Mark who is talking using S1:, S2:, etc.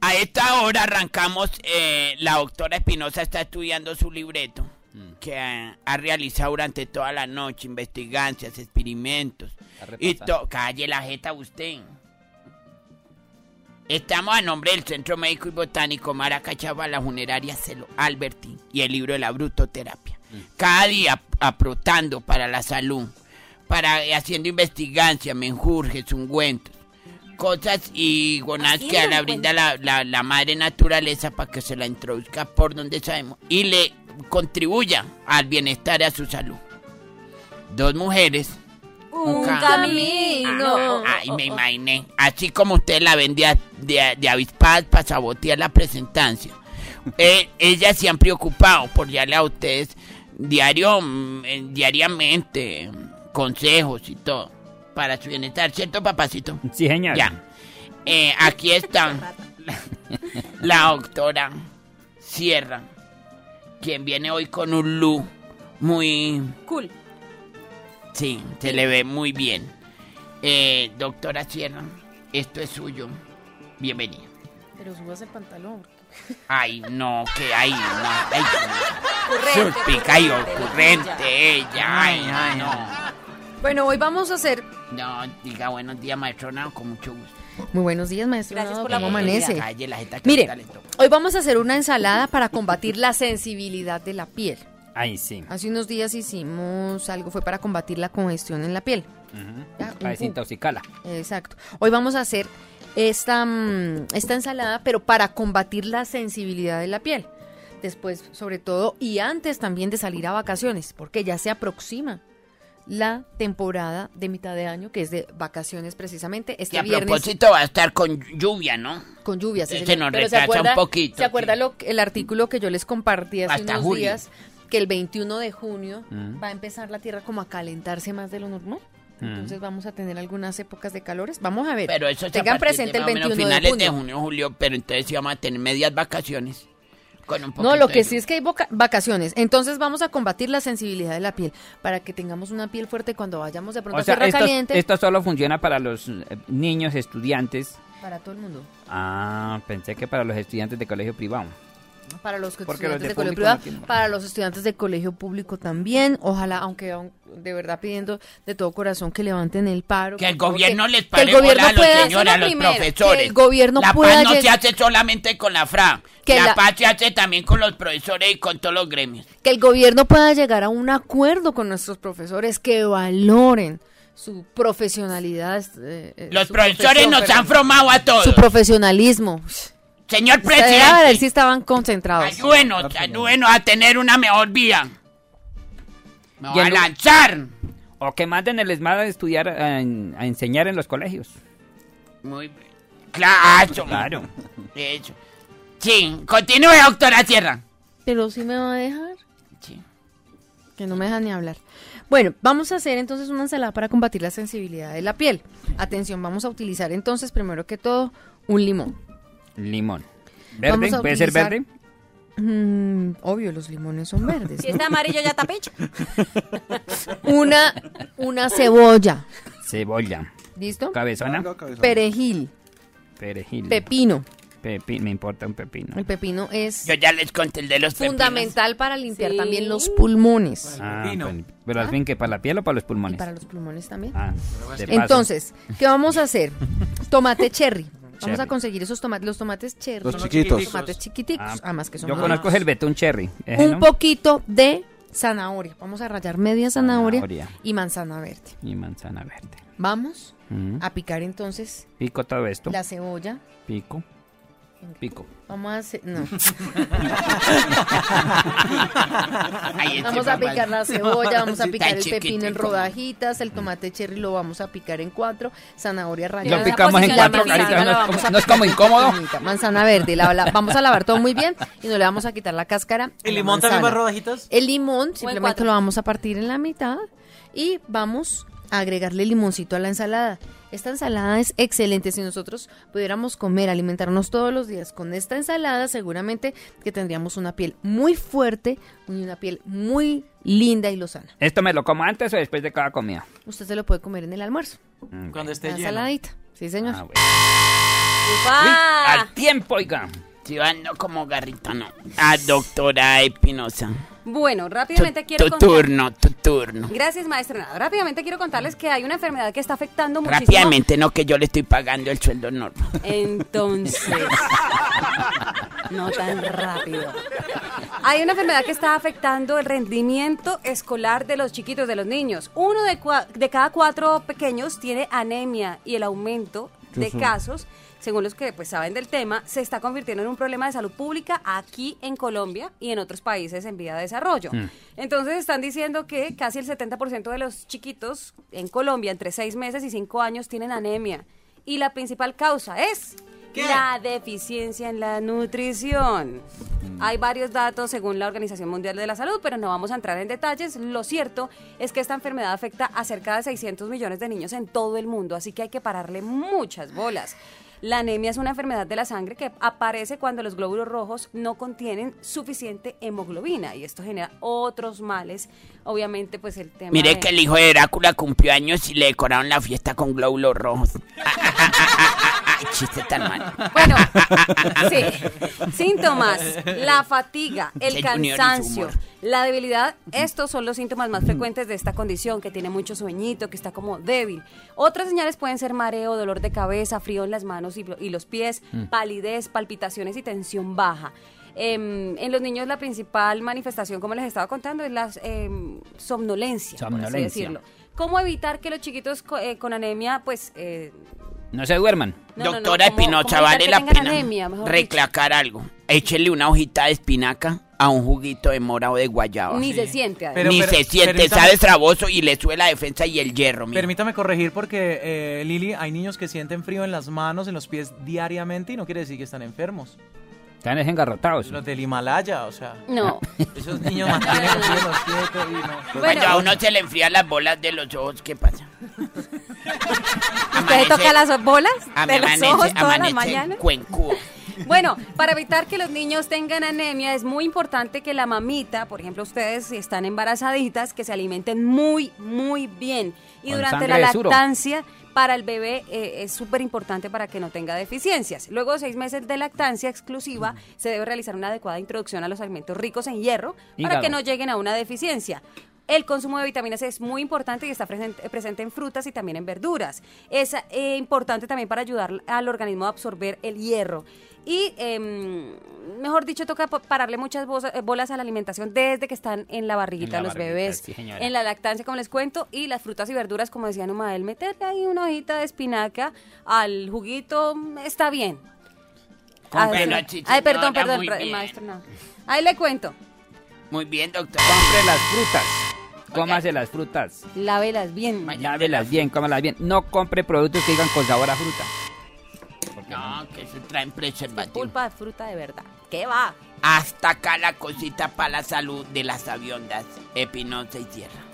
S1: A esta hora arrancamos, eh, la doctora Espinosa está estudiando su libreto que ha, ha realizado durante toda la noche, investigancias, experimentos.
S2: Está
S1: Y
S2: repasando.
S1: to- calle la jeta usted. Estamos a nombre del Centro Médico y Botánico Maracachaba, la funeraria Celo Alberti y el libro de la brutoterapia. Cada día aprotando para la salud, para eh, haciendo investigancias, menjurjes, ungüentos, cosas y gonadas
S3: Así
S1: que
S3: lo
S1: la brinda la, la- la madre naturaleza para que se la introduzca por donde sabemos y le contribuya al bienestar y a su salud. Dos mujeres
S3: Un
S1: Nunca.
S3: camino.
S1: Ah, Ay, me imaginé. Así como usted la vendía de, de avispadas para sabotear la presentancia. Eh, ellas se han preocupado por darle a ustedes diario, mm, eh, diariamente mm, consejos y todo para su bienestar, ¿cierto, papacito?
S4: Sí, señor.
S1: Ya. Eh, aquí están la doctora Sierra, quien viene hoy con un look muy
S3: Cool.
S1: Sí, se le ve muy bien. Eh, doctora Sierra, esto es suyo. Bienvenida.
S5: Pero subas el pantalón.
S1: Ay, no, que ay, no, ay, surpica y ocurrente ella, ay, ay, no.
S3: Bueno, hoy vamos a hacer.
S1: No, diga buenos días, maestrona, con mucho gusto.
S5: Muy buenos días, maestro.
S3: Gracias
S5: Nado,
S3: por la
S5: ¿cómo
S3: oportunidad.
S5: amanece?
S1: Calle, la jeta que
S3: Mire,
S1: ahorita le toca.
S5: este
S3: hoy vamos a hacer una ensalada para combatir la sensibilidad de la piel.
S4: Ay, sí.
S5: Hace unos días hicimos algo, fue para combatir la congestión en la piel. Ya, un
S4: Para
S5: jugo.
S4: desintoxicarla.
S5: Exacto. Hoy vamos a hacer esta, mm, esta ensalada, pero para combatir la sensibilidad de la piel. Después, sobre todo, y antes también de salir a vacaciones, porque ya se aproxima la temporada de mitad de año, que es de vacaciones precisamente.
S1: Que
S5: Este
S1: a
S5: viernes
S1: propósito va a estar con lluvia, ¿no?
S5: con lluvias.
S1: Se
S5: señor.
S1: nos
S5: Pero
S1: retrasa un poquito,
S5: ¿Se acuerda
S1: sí.
S5: lo, que- el artículo que yo les compartí hace
S1: Hasta
S5: unos
S1: julio. Mm.
S5: días? Que el 21 de junio va a empezar la Tierra como a calentarse más de lo normal. Entonces vamos a tener algunas épocas de calores. Vamos a ver.
S1: Pero eso es a
S5: Eh, Tengan
S1: partir
S5: presente
S1: de
S5: el
S1: más o menos
S5: 21 de
S1: finales
S5: junio.
S1: junio, julio, pero entonces sí vamos a tener medias vacaciones. Con un
S5: No,
S1: poquito
S5: lo
S1: de
S5: que sí
S1: lluvia.
S5: es que hay voca- vacaciones. Entonces vamos a combatir la sensibilidad de la piel para que tengamos una piel fuerte cuando vayamos de pronto
S4: O sea,
S5: a tierra
S4: esto,
S5: caliente
S4: esto solo funciona para los eh, niños estudiantes.
S5: para todo el mundo.
S4: Ah, pensé que para los estudiantes de colegio privado.
S5: Para los que-
S4: Porque los
S5: estudiantes
S4: de
S5: de colegio
S4: público
S5: privado,
S4: no tienen.
S5: para los estudiantes de colegio público también. Ojalá, aunque aun- de verdad pidiendo de todo corazón que levanten el paro.
S1: Que el
S5: por favor,
S1: gobierno les
S5: que el
S1: pare bola
S5: gobierno
S1: a los
S5: pueda-
S1: señores, a los
S5: Eso es lo primero,
S1: profesores.
S5: Que el gobierno
S1: la
S5: pueda
S1: paz no se
S5: llegar-
S1: hace solamente con la FRA.
S5: Que
S1: la,
S5: la- Eh,
S1: paz se hace también con los profesores y con todos los gremios.
S5: que el gobierno pueda llegar a un acuerdo con nuestros profesores que valoren su profesionalidad. eh, eh,
S1: Los
S5: su
S1: profesores
S5: profesión,
S1: nos
S5: perdón,
S1: han fromado a todos.
S5: Su profesionalismo.
S1: Señor
S5: A ver si
S1: presidente,
S5: estaban concentrados.
S1: ayúdenos, ayúdenos a tener una mejor vía. Me
S4: Y
S1: voy a
S4: el-
S1: lanzar.
S4: O que manden el ESMAD a estudiar, a, en- a enseñar en los colegios.
S1: Muy bien. Claro.
S4: Claro.
S1: De hecho. Sí, continúe, doctora Sierra.
S5: Pero sí me va a dejar.
S1: Sí.
S5: Que no me dejan ni hablar. Bueno, vamos a hacer entonces una ensalada para combatir la sensibilidad de la piel. Atención, vamos a utilizar entonces primero que todo un limón.
S4: Limón.
S5: Vamos
S4: ¿Verde?
S5: a
S4: ¿Puede ser
S5: utilizar-
S4: verde?
S5: Mm, obvio, los limones son verdes.
S3: Si está amarillo ya está pecho.
S5: Una, una cebolla,
S4: Cebolla.
S5: ¿listo?
S4: Cabezona.
S5: Perejil,
S4: Perejil.
S5: pepino.
S4: Pepino. Me importa un pepino.
S5: El pepino es
S1: Yo ya les conté el de los pepinos.
S5: fundamental para limpiar
S3: Sí.
S5: también los pulmones.
S4: Ah,
S2: Pepino.
S4: pues, pero al fin que para la piel o para los
S5: Y
S4: pulmones.
S5: para los pulmones también.
S4: Ah, de paso.
S5: Entonces, ¿qué vamos a hacer? Tomate cherry. Vamos a
S4: Cherry.
S5: conseguir esos tomates, los tomates cherry.
S2: Los
S5: Son
S2: chiquitos.
S5: Tomates chiquiticos,
S4: Ah,
S5: además que son
S4: Yo
S5: muy
S4: conozco es el betún cherry. ese,
S5: un
S4: ¿no?
S5: poquito de zanahoria. Vamos a rayar media zanahoria,
S4: Zanahoria.
S5: y manzana verde.
S4: Y manzana verde.
S5: Vamos
S4: Mm.
S5: a picar entonces
S4: Pico todo esto.
S5: la cebolla.
S4: Pico. Pico.
S5: Vamos a hacer, no.
S1: Ahí está,
S5: vamos a
S1: papá.
S5: picar la cebolla, vamos a
S1: Está
S5: picar el pepino en
S1: chiquitico.
S5: rodajitas, el tomate cherry lo vamos a picar en cuatro, zanahoria
S3: Pero
S4: Mm. Lo
S3: esa
S5: rallada. Pues
S4: picamos en
S3: posición
S4: cuatro
S3: de manzana la
S4: caritas. ¿No, es
S3: vamos
S4: como- no es como incómodo?
S5: Manzanita, Manzana verde, la, la- vamos a lavar todo muy bien y no le vamos a quitar la cáscara. a
S6: ¿El
S5: la
S6: limón también va
S5: manzana.
S6: en rodajitas?
S5: El limón simplemente
S3: cuatro.
S5: lo vamos a partir en la mitad y vamos a agregarle limoncito a la ensalada. Esta ensalada es excelente. Si nosotros pudiéramos comer, alimentarnos todos los días con esta ensalada, seguramente que tendríamos una piel muy fuerte y una piel muy linda y lozana.
S4: ¿Esto me lo como antes o después de cada comida?
S5: Usted se lo puede comer en el almuerzo.
S4: Mm,
S6: Cuando esté
S5: Eh, La
S6: lleno.
S5: ensaladita. Sí, señor.
S4: ah, bueno. Uy,
S2: ¡Upa!
S4: al tiempo, oiga.
S1: Si van no como garritona. A doctora Espinosa.
S2: Bueno,
S1: Tu,
S2: rápidamente quiero
S1: tu
S2: contar-
S1: turno, tu turno.
S2: Gracias, maestro. Nada, rápidamente quiero contarles que hay una enfermedad que está afectando muchísimo.
S1: Rápidamente, no que yo le estoy pagando el sueldo normal.
S2: Entonces, no tan rápido. Hay una enfermedad que está afectando el rendimiento escolar de los chiquitos, de los niños. Uno de, cua- de cada cuatro pequeños tiene anemia y el aumento de casos, según los que pues saben del tema, se está convirtiendo en un problema de salud pública aquí en Colombia y en otros países en vía de desarrollo. Entonces están diciendo que casi el 70% de los chiquitos en Colombia entre 6 meses y 5 años tienen anemia. Y la principal causa es la deficiencia en la nutrición.
S1: Mm.
S2: Hay varios datos según la Organización Mundial de la Salud, pero no vamos a entrar en detalles. Lo cierto es que esta enfermedad afecta a cerca de 600 millones de niños en todo el mundo, así que hay que pararle muchas bolas. La anemia es una enfermedad de la sangre que aparece cuando los glóbulos rojos no contienen suficiente hemoglobina y esto genera otros males. Obviamente, pues el tema
S1: Mire
S2: de-
S1: que el hijo de Drácula cumplió años y le decoraron la fiesta con glóbulos rojos. Ah, ah, ah, ah, ah, ah, ah, chiste tan mal.
S2: Bueno, sí. Síntomas, la fatiga, el
S1: Che, Junior y su
S2: cansancio,
S1: humor.
S2: la debilidad, estos son los síntomas más frecuentes de esta condición, que tiene mucho sueñito, que está como débil. Otras señales pueden ser mareo, dolor de cabeza, frío en las manos y, y los pies,
S1: Mm.
S2: palidez, palpitaciones y tensión baja. Em, en los niños la principal manifestación, como les estaba contando, es la em, somnolencia, por así
S4: Somnolencia.
S2: decirlo. ¿Cómo evitar que los chiquitos co- eh, con anemia, pues... eh,
S4: No se duerman.
S2: no, no, no,
S1: Doctora
S2: como- como
S1: Espinosa,
S2: evitar
S1: vale
S2: que
S1: la
S2: tengan
S1: pena
S2: anemia, mejor dicho.
S1: reclacar algo. Échele una hojita de espinaca a un juguito de mora o de guayaba.
S2: Ni se siente. además.
S6: Pero-
S1: Ni
S6: pero-
S1: se siente,
S6: permítame-
S1: sabe traboso y le sube la defensa y el hierro. mira.
S6: Permítame corregir porque, eh, Lili, hay niños que sienten frío en las manos, en los pies diariamente y no quiere decir que están enfermos.
S4: Están desengarrotados. Ah,
S6: Los del Himalaya, o sea,
S2: No.
S6: esos niños mantienen los pies, los pies, y no.
S1: Cuando
S2: Bueno.
S1: a uno se le enfrían las bolas de los ojos, ¿qué pasa?
S2: ¿Usted toca las bolas de los
S1: amanece-
S2: ojos todas las
S1: amanece
S2: mañanas?
S1: cuencudo.
S2: Bueno, para evitar que los niños tengan anemia es muy importante que la mamita, por ejemplo, ustedes si están embarazaditas, que se alimenten muy, muy bien. Y
S4: Con
S2: durante la
S4: sangre de suro.
S2: lactancia para el bebé eh, es súper importante para que no tenga deficiencias. Luego de seis meses de lactancia exclusiva, se debe realizar una adecuada introducción a los alimentos ricos en hierro para
S4: Hígado.
S2: que no lleguen a una deficiencia. El consumo de vitaminas es muy importante y está presente, eh, presente en frutas y también en verduras. Es eh, importante también para ayudar al organismo a absorber el hierro. Y, em, mejor dicho, toca pa- pararle muchas bosa- eh, bolas a la alimentación desde que están en la barriguita
S4: En la
S2: los
S4: barriguita,
S2: bebés,
S4: sí, señora.
S2: en la lactancia, como les cuento, y las frutas y verduras, como decía Nomael, meterle ahí una hojita de espinaca al juguito mm, está bien.
S1: Con
S2: Ah,
S1: pelo
S2: sí.
S1: a chicha,
S2: Ay, perdón,
S1: no, era
S2: perdón,
S1: muy
S2: pr-
S1: bien.
S2: maestro, no. Ahí le cuento.
S1: Muy bien, doctor.
S4: Compre las frutas. Cómase las frutas.
S2: Lávelas bien.
S4: Lávelas bien, cómalas bien. No compre productos que digan con sabor a fruta.
S1: No, que se traen preservativo.
S2: Pulpa de fruta de verdad. ¿Qué va?
S1: Hasta acá la cosita para la salud de las aviondas, Espinosa y Tierra.